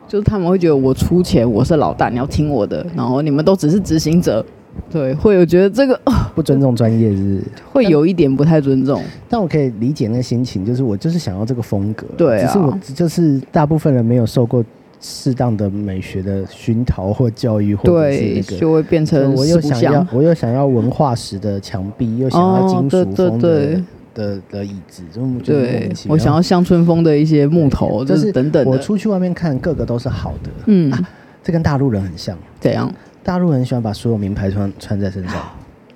S2: 就是他们会觉得我出钱，我是老大，你要听我的，然后你们都只是执行者，对，会有觉得这个
S1: 不尊重专业是不是。
S2: 会有一点不太尊重。
S1: 但我可以理解那个心情，就是我就是想要这个风格，
S2: 对啊
S1: 只是我就是大部分人没有受过适当的美学的熏陶或教育，或者是
S2: 对，
S1: 那个。
S2: 就会变成
S1: 我
S2: 四
S1: 又
S2: 不
S1: 想要
S2: 像，
S1: 我又想要文化石的墙壁，又想要
S2: 哦
S1: 金，
S2: 对
S1: 属
S2: 对
S1: 风的
S2: 对
S1: 的的椅子，就觉得莫
S2: 对
S1: 名其，妙
S2: 我想要乡村风的一些木头，
S1: 就
S2: 就是是等等
S1: 我
S2: 的。
S1: 出去外面看，个个都是好的，
S2: 嗯，
S1: 这跟大陆人很像。
S2: 怎样？
S1: 大陆人喜欢把所有名牌穿穿在身 上，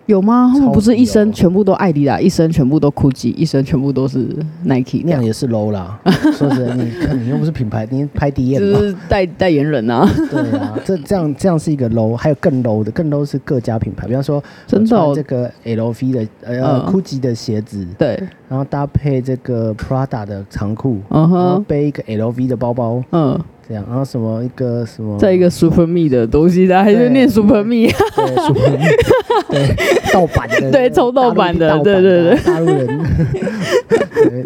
S2: 有吗？他们不
S1: 超
S2: 是
S1: 级
S2: 一身
S1: 有
S2: 全部都艾迪达，一身全部都 GUCCI，一身全部都是 Nike，
S1: 那样也是 low 啦。说实在，你看你又不是品牌，你拍低
S2: 就
S1: 眼嘛。
S2: 是代代言人啊，
S1: 对啊，这这样这样是一个 low，还有更 low 的，更 low 是各家品牌，比方说
S2: 真的
S1: 我
S2: 哦
S1: 穿这个 LV 的呃
S2: 嗯
S1: GUCCI 的鞋子，
S2: 对，
S1: 然后搭配这个 Prada 的长裤，
S2: 嗯
S1: 然后
S2: 哼，
S1: 背一个 LV 的包包，
S2: 嗯，
S1: 这样，然后什么一个什么，
S2: 再一个 Super Me 的东西，他还
S1: 哦对
S2: 是念 Super Me，
S1: 对，什 么对盗版的，
S2: 对抽盗版的
S1: 大陆
S2: 对对
S1: 大陆人， 对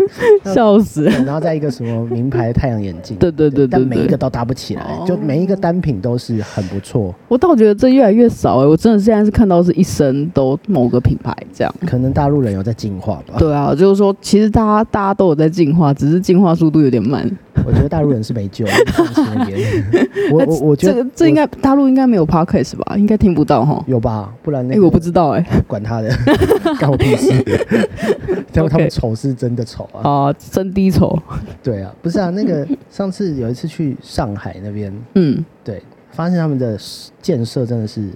S2: 笑死，
S1: 然后再一个什么名牌太阳眼镜，
S2: 对对对
S1: 但
S2: 对
S1: 每一
S2: 对
S1: 个。都搭不起来
S2: 哦，
S1: 就每一个单品都是很不错，
S2: 我倒觉得这越来越少哎、我真的现在是看到是一身都某个品牌这样。
S1: 可能大陆人有在进化吧，
S2: 对啊，就是说，其实大家大家都有在进化，只是进化速度有点慢。
S1: 我觉得大陆人是没 救了，放心一点我我我觉
S2: 这
S1: 得
S2: 个这应该大陆应该没有 podcast 吧？应该听不到哈。
S1: 有吧，不然
S2: 哎、
S1: 那个
S2: 我不知道哎、
S1: 管他的， 干我屁 事。他们他们
S2: OK
S1: 丑是真的丑啊，
S2: 啊，真低丑。
S1: 对啊，不是啊，那个 上次有一次去上海那边，
S2: 嗯，
S1: 对，发现他们的建设真的是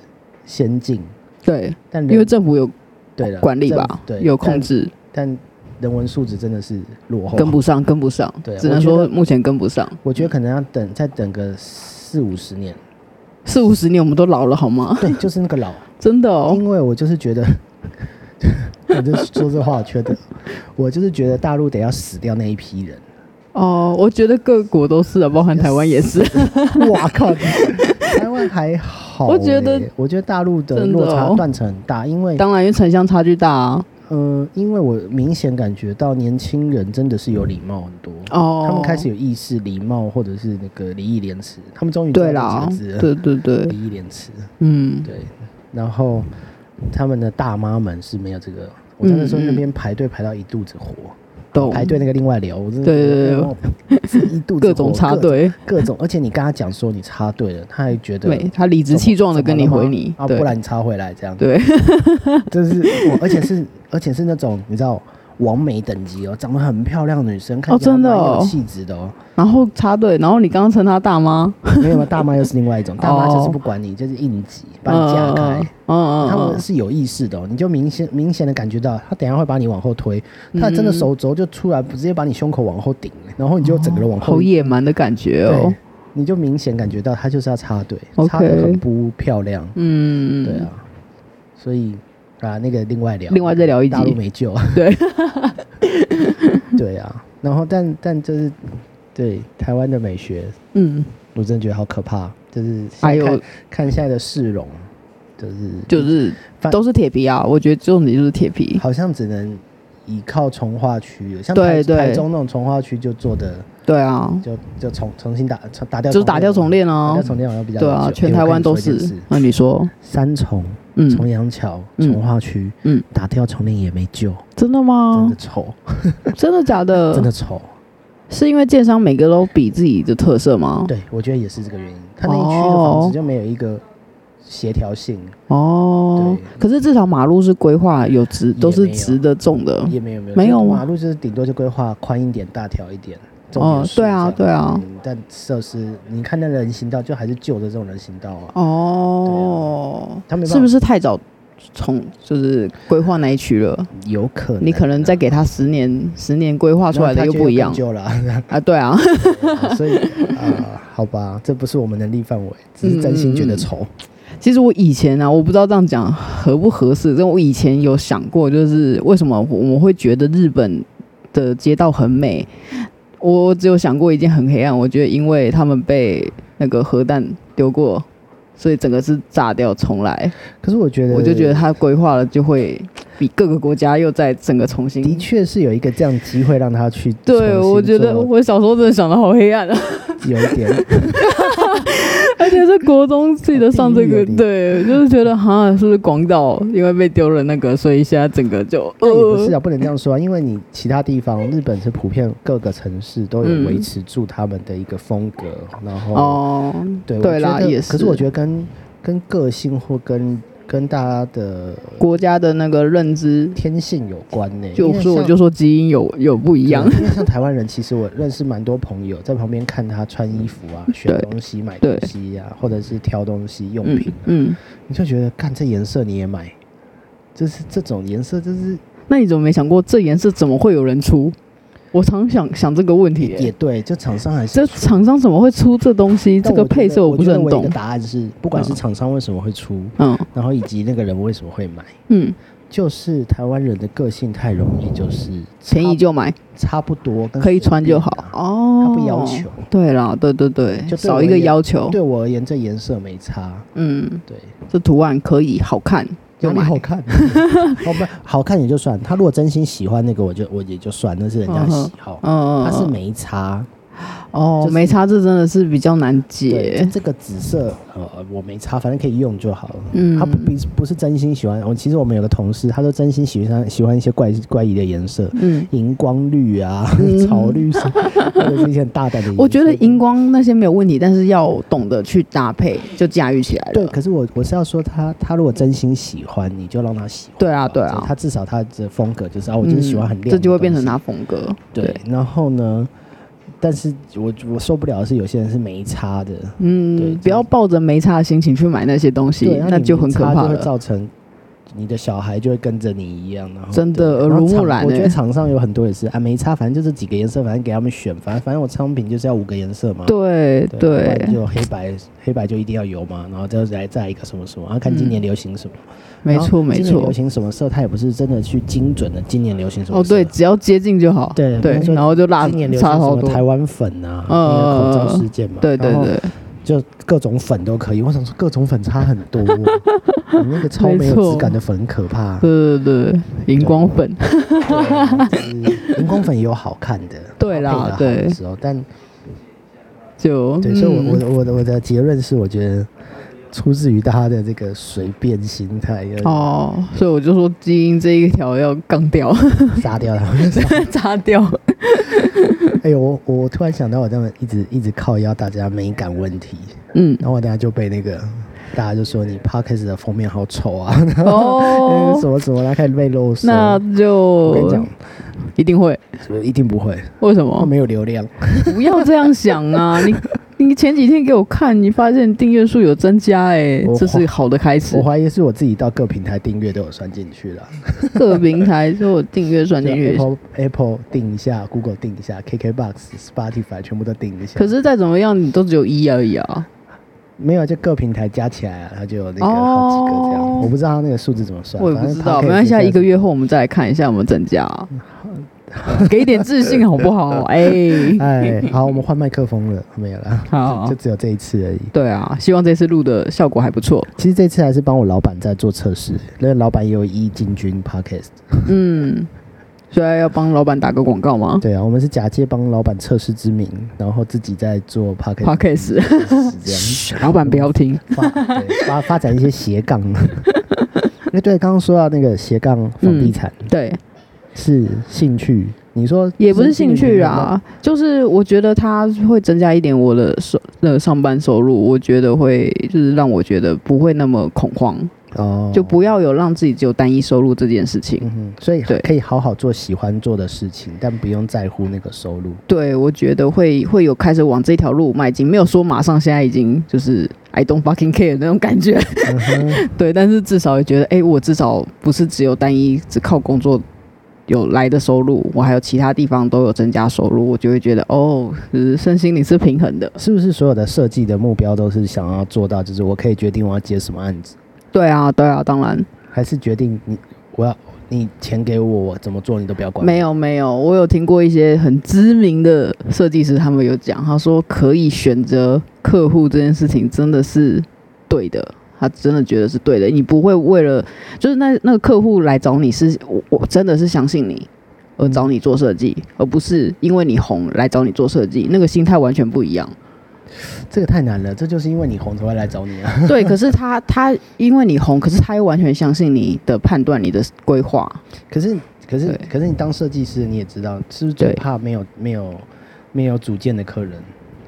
S1: 先进，
S2: 对，
S1: 但人
S2: 因为政府有
S1: 对了
S2: 管理
S1: 政
S2: 吧
S1: 府，对，
S2: 有控制，
S1: 但，但人文素质真的是落后，
S2: 跟不上，跟不上
S1: 对啊，
S2: 只能
S1: 我觉
S2: 说
S1: 得
S2: 目前跟不上。
S1: 我觉得可能要等再等个四五十年，
S2: 四五十年我们都老了好吗？
S1: 对，就是那个老，
S2: 真的哦，
S1: 因为我就是觉得， 我就说这话，我觉得，我就是觉得大陆得要死掉那一批 人。
S2: 哦，我觉得各国都是啊，包含台湾也是。
S1: 哇靠！台湾还好、欸
S2: 我觉得，
S1: 我觉得大陆的
S2: 真的
S1: 落差
S2: 哦
S1: 断层很大，因为，
S2: 当然，因为城乡差距大啊。
S1: 呃，因为我明显感觉到年轻人真的是有礼貌很多，
S2: 哦，
S1: 他们开始有意识礼貌，或者是那个礼义廉耻，他们终于知道这
S2: 对啦
S1: 个字，了，
S2: 对对对，
S1: 礼义廉耻，
S2: 嗯，
S1: 对。然后他们的大妈们是没有这个，我真的说
S2: 嗯嗯
S1: 那边排队排到一肚子火，
S2: 懂。
S1: 排队那个另外聊，我真的
S2: 嗯对对对
S1: 对对，是一肚子
S2: 各种
S1: 火
S2: 插，队，
S1: 各各种，而且你跟他讲说你插队了，他还觉得
S2: 对，他理直气壮的跟你回
S1: 怎，么了
S2: 你
S1: 吗啊，
S2: 对
S1: 不然你插回来这样。
S2: 对，
S1: 就是我，而且是而且是那种你知道完美等级哦，长得很漂亮的女生，看起来
S2: 真的
S1: 蛮
S2: 哦
S1: 有气质的哦。
S2: 然后插队，然后你刚刚称他大妈，
S1: 没有大妈又是另外一种，大妈就是不管你，就是应 急把你架开。
S2: 嗯嗯
S1: 他
S2: 嗯
S1: 们是有意识的、哦，你就明显明显的感觉到，他等一下会把你往后推，他真的
S2: 嗯
S1: 手肘就出来，直接把你胸口往后顶，然后你就整个人往
S2: 嗯，
S1: 后
S2: 好野蛮的感觉哦
S1: 对，，你就明显感觉到他就是要插队，
S2: OK
S1: 插的很不漂亮。
S2: 嗯，
S1: 对啊，所以啊，那个另外聊，
S2: 另外再聊一集
S1: 大陆没救。
S2: 对，
S1: 对啊，然后但但就是对台湾的美学，
S2: 嗯，
S1: 我真的觉得好可怕。就是
S2: 还
S1: 现在
S2: 有
S1: 看看现在的市容，就是
S2: 就是
S1: 反
S2: 都是铁皮啊，我觉得重点就是铁皮，
S1: 好像只能依靠从化区了，像
S2: 对
S1: 台
S2: 对
S1: 台中那种从化区就做的
S2: 对啊，
S1: 就就重重新打重打掉，
S2: 就是打掉重
S1: 练，
S2: 练
S1: 打
S2: 啊
S1: 掉，重练好像比较
S2: 对啊，
S1: 久
S2: 全
S1: 哎我
S2: 台
S1: 跟
S2: 湾
S1: 你
S2: 都
S1: 说一件
S2: 是
S1: 事，
S2: 那你说，
S1: 三重、重
S2: 嗯，
S1: 阳桥、
S2: 嗯
S1: 从化区，
S2: 嗯，哦
S1: 打掉重练也没救，
S2: 真的
S1: 真
S2: 吗
S1: 的？丑，
S2: 真的假的
S1: 真？的丑。
S2: 是因为建商每个都比自己的特色吗？
S1: 对，我觉得也是这个原因。他那一区的房
S2: 哦
S1: 子就没有一个协调性，
S2: 哦，可是至少马路是规划有直，
S1: 也
S2: 都是
S1: 没有
S2: 直的种的，
S1: 也没有没有
S2: 嗯没有啊
S1: 就是
S2: 吗
S1: 马路，就是顶多就规划宽一点、大条一点。种
S2: 哦
S1: 点树
S2: 对啊
S1: 这样
S2: 对啊
S1: 嗯但设施，你看那人行道就还是旧的这种人行道啊。
S2: 哦，
S1: 他没办法
S2: 是不是太早从就是规划那一区了？
S1: 有可能
S2: 你可能再给他十年，十年规划出来的又不一样
S1: 旧了啊，
S2: 啊！对啊，
S1: 所以啊，好吧，这不是我们能力范围，只是真心觉得丑。
S2: 嗯其实我以前啊，我不知道这样讲合不合适，但我以前有想过，就是为什么我我会觉得日本的街道很美。我只有想过一件很黑暗，我觉得因为他们被那个核弹丢过，所以整个是炸掉重来。
S1: 可是我觉得，
S2: 我就觉得他规划了就会比各个国家又再整个重新。
S1: 的确是有一个这样机会让他去重新做。
S2: 对，我觉得我小时候真的想的好黑暗啊，
S1: 有一 点，
S2: 而且是国中记得上这
S1: 好
S2: 个
S1: 地狱啊，
S2: 对，就是觉得哈，是不是广岛因为被丢了那个，所以现在整个就
S1: 但也不是
S2: 呃
S1: 啊，不能这样说啊，因为你其他地方，日本是普遍各个城市都有
S2: 嗯
S1: 维持住他们的一个风格，然后
S2: 哦，
S1: 对
S2: 对啦
S1: 我觉得
S2: 也
S1: 可是我
S2: 是
S1: 觉得跟跟个性或跟跟大家的
S2: 国家的那个认知，
S1: 天性有关呢、因
S2: 就
S1: 为
S2: 说我
S1: 像
S2: 就说基因有有不一样
S1: 对。因为像台湾人，其实我认识蛮多朋友，在旁边看他穿衣服啊、选
S2: 对
S1: 东西、买
S2: 对
S1: 东西啊，或者是挑东西、用
S2: 嗯
S1: 品啊，
S2: 嗯，
S1: 你就觉得干这颜色你也买，就是这种颜色，就是
S2: 那你怎么没想过这颜色怎么会有人出？我常想想这个问题耶、
S1: 也对，就厂商还是
S2: 这厂商怎么会出这东西？这
S1: 但
S2: 个
S1: 我觉
S2: 配
S1: 得
S2: 色
S1: 我
S2: 不
S1: 觉
S2: 是
S1: 得
S2: 很
S1: 唯一的
S2: 懂。
S1: 答案是，不管是
S2: 嗯
S1: 厂商为什么会出，
S2: 嗯
S1: 然后以及那个人为什么会买，
S2: 嗯，
S1: 就是台湾人的个性太容易就是
S2: 便宜
S1: 差
S2: 就买，
S1: 差不多，跟
S2: 可以
S1: 随
S2: 穿就
S1: 便
S2: 好
S1: 啊。
S2: 哦。
S1: 他不要求。
S2: 对啦，对对对，
S1: 就对
S2: 少
S1: 我
S2: 一
S1: 而
S2: 个
S1: 言
S2: 要求。
S1: 对我而言，这颜色没差，
S2: 嗯，
S1: 对，
S2: 这图案可以好看，就
S1: 哪里
S2: 买。
S1: 好 看？好不好看也就算，他如果真心喜欢那个，我就我也就算，那是人家的喜好。
S2: 嗯，
S1: 他是没差，
S2: 哦
S1: 就，是
S2: 没差，这真的是比较难
S1: 对，
S2: 解
S1: 就。这个紫色，呃，我没差，反正可以用就好了。
S2: 嗯
S1: 他不不不是真心喜欢。我其实我们有个同事，他都真心喜欢喜欢一些怪怪异的颜色，
S2: 嗯，
S1: 荧光绿啊、
S2: 嗯
S1: 草绿色，或者是一些很大胆的颜色。
S2: 我觉得荧光那些没有问题，但是要懂得去搭配，就驾驭起来了。
S1: 对，可是我我是要说他，他如果真心喜欢，你就让他喜欢吧。
S2: 对啊对啊
S1: 他至少他的风格就是啊，我就是喜欢很
S2: 嗯
S1: 亮、
S2: 这就会变成。他风格。
S1: 对，然后呢，但是我我受不了的是有些人是没差的，对
S2: 嗯，不要抱着没差的心情去买那些东西
S1: 对，，
S2: 那就很可怕
S1: 就会
S2: 了。
S1: 造成你的小孩就会跟着你一样，然后
S2: 真的
S1: 对
S2: 耳
S1: 然后
S2: 濡目
S1: 厂
S2: 染
S1: 我觉得
S2: 欸
S1: 场上有很多也是啊，没差，反正就这几个颜色，反正给他们选，反正反正我商品就是要五个颜色嘛。
S2: 对
S1: 对，不然
S2: 对，
S1: 就黑白，黑白就一定要有嘛，然后再来再一个什么什么，然后看今年流行什么，啊
S2: 没
S1: 然后
S2: 错没
S1: 今年流
S2: 错。
S1: 行什么色，它也不是真的去精准的今年流行什么
S2: 哦，
S1: 色。
S2: 对，只要接近就好。
S1: 对比
S2: 对
S1: 如，说
S2: 然后就落
S1: 今年流行
S2: 差
S1: 什
S2: 好
S1: 么
S2: 多。
S1: 台湾粉啊，
S2: 嗯
S1: 那个口罩事件嘛，
S2: 对对
S1: 然后
S2: 对，
S1: 就各种粉都可以。我想说各种粉差很 多，你那个超没
S2: 没
S1: 有
S2: 错
S1: 质感的粉很可怕。
S2: 对对对，荧光粉。
S1: 对，荧光粉也有好看的，
S2: 对啊啦
S1: 然后配得好的时候，但
S2: 就
S1: 对，所以
S2: 嗯
S1: 我我的我的我的结论是，我觉得出自于大家的这个随便心态，要
S2: 哦，所以我就说基因这一条要杠 掉、
S1: 杀掉他们。
S2: 擦掉。
S1: 哎呦，我我突然想到，我他们一直一直靠腰大家美感问题，
S2: 嗯，
S1: 然后我等下就被那个大家就说你 podcast 的封面好丑啊，，
S2: 哦
S1: 什么什么，然后开始被露手。
S2: 那
S1: 我跟你
S2: 就
S1: 讲，
S2: 一定会。
S1: 我一定不会，
S2: 为什
S1: 我
S2: 么？
S1: 没有流量。
S2: 不要这样想 啊！你你前几天给我看，你发现订阅数有增加、欸，
S1: 我
S2: 这是好的开始
S1: 我。怀疑是我自己到各平台订阅都有算进去了。
S2: 各平台都有订阅算
S1: 就
S2: 进去，
S1: Apple Apple 定一下，Google 定一下，KKBox、Spotify 全部都定一下。
S2: 可是再怎么样，你都只有一而已啊。
S1: 没有，就各平台加起来、啊，它就有那个好几个这样。
S2: 哦
S1: 我不知道它那个数字怎么算，
S2: 我也
S1: 反
S2: 不
S1: 正
S2: 知道，
S1: Podcast
S2: 没关系
S1: 现
S2: 啊，
S1: 在
S2: 一个月后我们再来看一下有没有增 加、啊。给一点自信好不好？哎、
S1: 哎，好，我们换麦克风了，没有了，
S2: 好
S1: 就，只有这一次而已。
S2: 对啊，希望这次录的效果还不错。
S1: 其实这次还是帮我老板在做测试，那个老板也有一进军 podcast。
S2: 嗯，所以要帮老板打个广告吗
S1: 对啊，我们是假借帮老板测试之名，然后自己在做 podcast，
S2: ？Podcast，
S1: 是这样。
S2: 老板不要听。
S1: 发对发发展一些斜杠。 哎，对，刚刚说到那个斜杠房
S2: 嗯
S1: 地产、
S2: 对，
S1: 是兴趣，你说
S2: 也不是兴趣
S1: 啊，
S2: 啊，就是我觉得它会增加一点我的收呃上班收入，我觉得会就是让我觉得不会那么恐慌，
S1: 哦，
S2: 就不要有让自己只有单一收入这件事情。
S1: 嗯哼，所以
S2: 对
S1: 可以好好做喜欢做的事情，但不用在乎那个收入。
S2: 对，我觉得会会有开始往这条路迈进，没有说马上现在已经就是 I don't fucking care 那种感觉。
S1: 嗯哼，
S2: 对，但是至少也觉得，哎、我至少不是只有单一只靠工作有来的收入，我还有其他地方都有增加收入，我就会觉得，哦，就是身心灵是平衡的。
S1: 是不是所有的设计的目标都是想要做到，就是我可以决定我要接什么案子，
S2: 对啊，对啊，当然
S1: 还是决定你我要你钱给我，我怎么做你都不要管。
S2: 没有没有，我有听过一些很知名的设计师，他们有讲，他说可以选择客户这件事情真的是对的。他真的觉得是对的，你不会为了就是那那个客户来找你是，我我真的是相信你，而找你做设计，而不是因为你红来找你做设计，那个心态完全不 一样。
S1: 这个太难了，这就是因为你红才会来找你啊。
S2: 对，可是他他因为你红，可是他又完全相信你的判断、你的规划。
S1: 可是，可是
S2: 对，
S1: 可是你当设计师，你也知道，是不是最
S2: 对
S1: 怕没有没有没有主见的客人？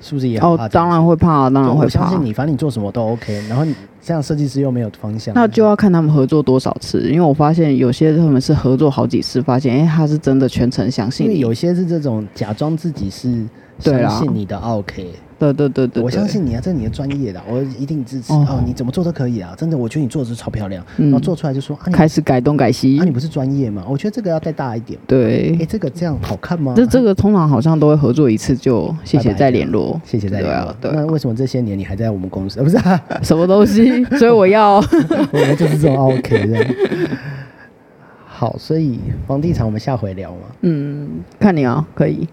S1: 是不是也很怕
S2: 哦，
S1: 这
S2: 当
S1: 种事？
S2: 然会怕、啊，当然
S1: 对
S2: 会
S1: 我相
S2: 怕。
S1: 信你，反正你做什么都 OK。然后你这样设计师又没有方向，
S2: 那就要看他们合作多少次，因为我发现有些他们是合作好几次，发现哎、诶他是真的全程相信
S1: 因为
S2: 你。
S1: 有些是这种假装自己是
S2: 对
S1: 相
S2: 啦
S1: 信你的 OK，
S2: 对对对对，
S1: 我
S2: 对
S1: 相。信你啊，这是你的专业的，我一定支持。
S2: 哦
S1: 哦，你怎么做都可以啊，真的，我觉得你做的是超漂亮。然后
S2: 嗯，
S1: 做出来就说啊你
S2: 开始改东改西。
S1: 啊你不是专业嘛？我觉得这个要再大一点。
S2: 对，
S1: 哎，这个这样好看吗？
S2: 这这个通常好像都会合作一次就谢谢再联 络，
S1: 谢谢再
S2: 对
S1: 聊
S2: 啊
S1: 啊。
S2: 对啊
S1: 那为什么这些年你还在我们公司？呃不是啊，
S2: 什么东 西，所以我要
S1: 我们就是这种 OK 这样。好，所以房地产我们下回聊嘛。
S2: 嗯，看你啊，可以。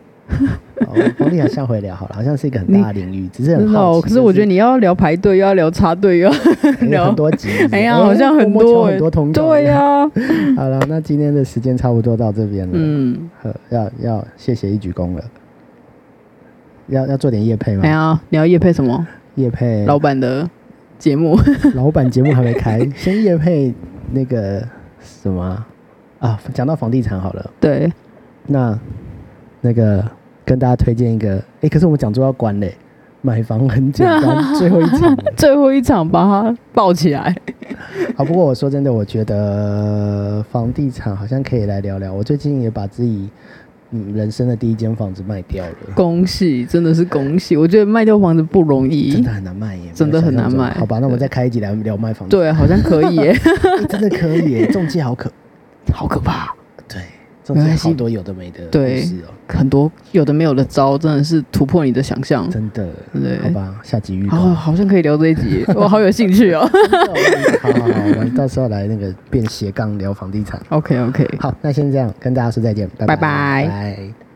S1: 好，房地产下回聊好了，好像是一个很大的领域，只是
S2: 真
S1: 很
S2: 的
S1: 好
S2: 哦，
S1: 奇。
S2: 可是我觉得
S1: 你
S2: 你要聊排队，又要聊插队，啊又要聊
S1: 很多集，是不是
S2: 哎呀，
S1: 诶
S2: 好像很
S1: 摸摸
S2: 多
S1: 敲
S2: 欸
S1: 很多通告。
S2: 对啊呀，
S1: 好了，那今天的时间差不多到这边了。
S2: 嗯，
S1: 呃，要要谢谢一鞠躬了。要要做点业配吗
S2: 哎？呀，你要夜配什么？
S1: 业配
S2: 老板的节目
S1: 老板节目还没开，先业配那个什么啊啊？讲到房地产好了，
S2: 对，
S1: 那那个跟大家推荐一个，哎、可是我们讲座要关嘞、买房很简单，最后一场了
S2: 最后一场把它抱起来。
S1: 啊。不过我说真的，我觉得房地产好像可以来聊聊。我最近也把自己嗯人生的第一间房子卖掉了，
S2: 恭喜，真的是恭喜！我觉得卖掉房子不容
S1: 真
S2: 易
S1: 的，很难卖耶，没有
S2: 真的很难
S1: 想象中
S2: 卖
S1: 好吧，那我们再开一集来聊卖房子。
S2: 对，好像可以 耶，
S1: 欸真的可以 耶，中介好可
S2: 好可怕！
S1: 对，中介
S2: 没关系
S1: 好多有的没的故
S2: 对
S1: 事哦、
S2: 很多有的没有的招，真的是突破你的想象。
S1: 真的，
S2: 对
S1: 好吧，下集预告。
S2: 好，好像可以聊这一集，我好有兴 趣哦。
S1: 好好好，我们到时候来那个变斜杠聊房地产。
S2: OK OK。
S1: 好，那先这样，跟大家说再见，拜
S2: 拜拜
S1: 拜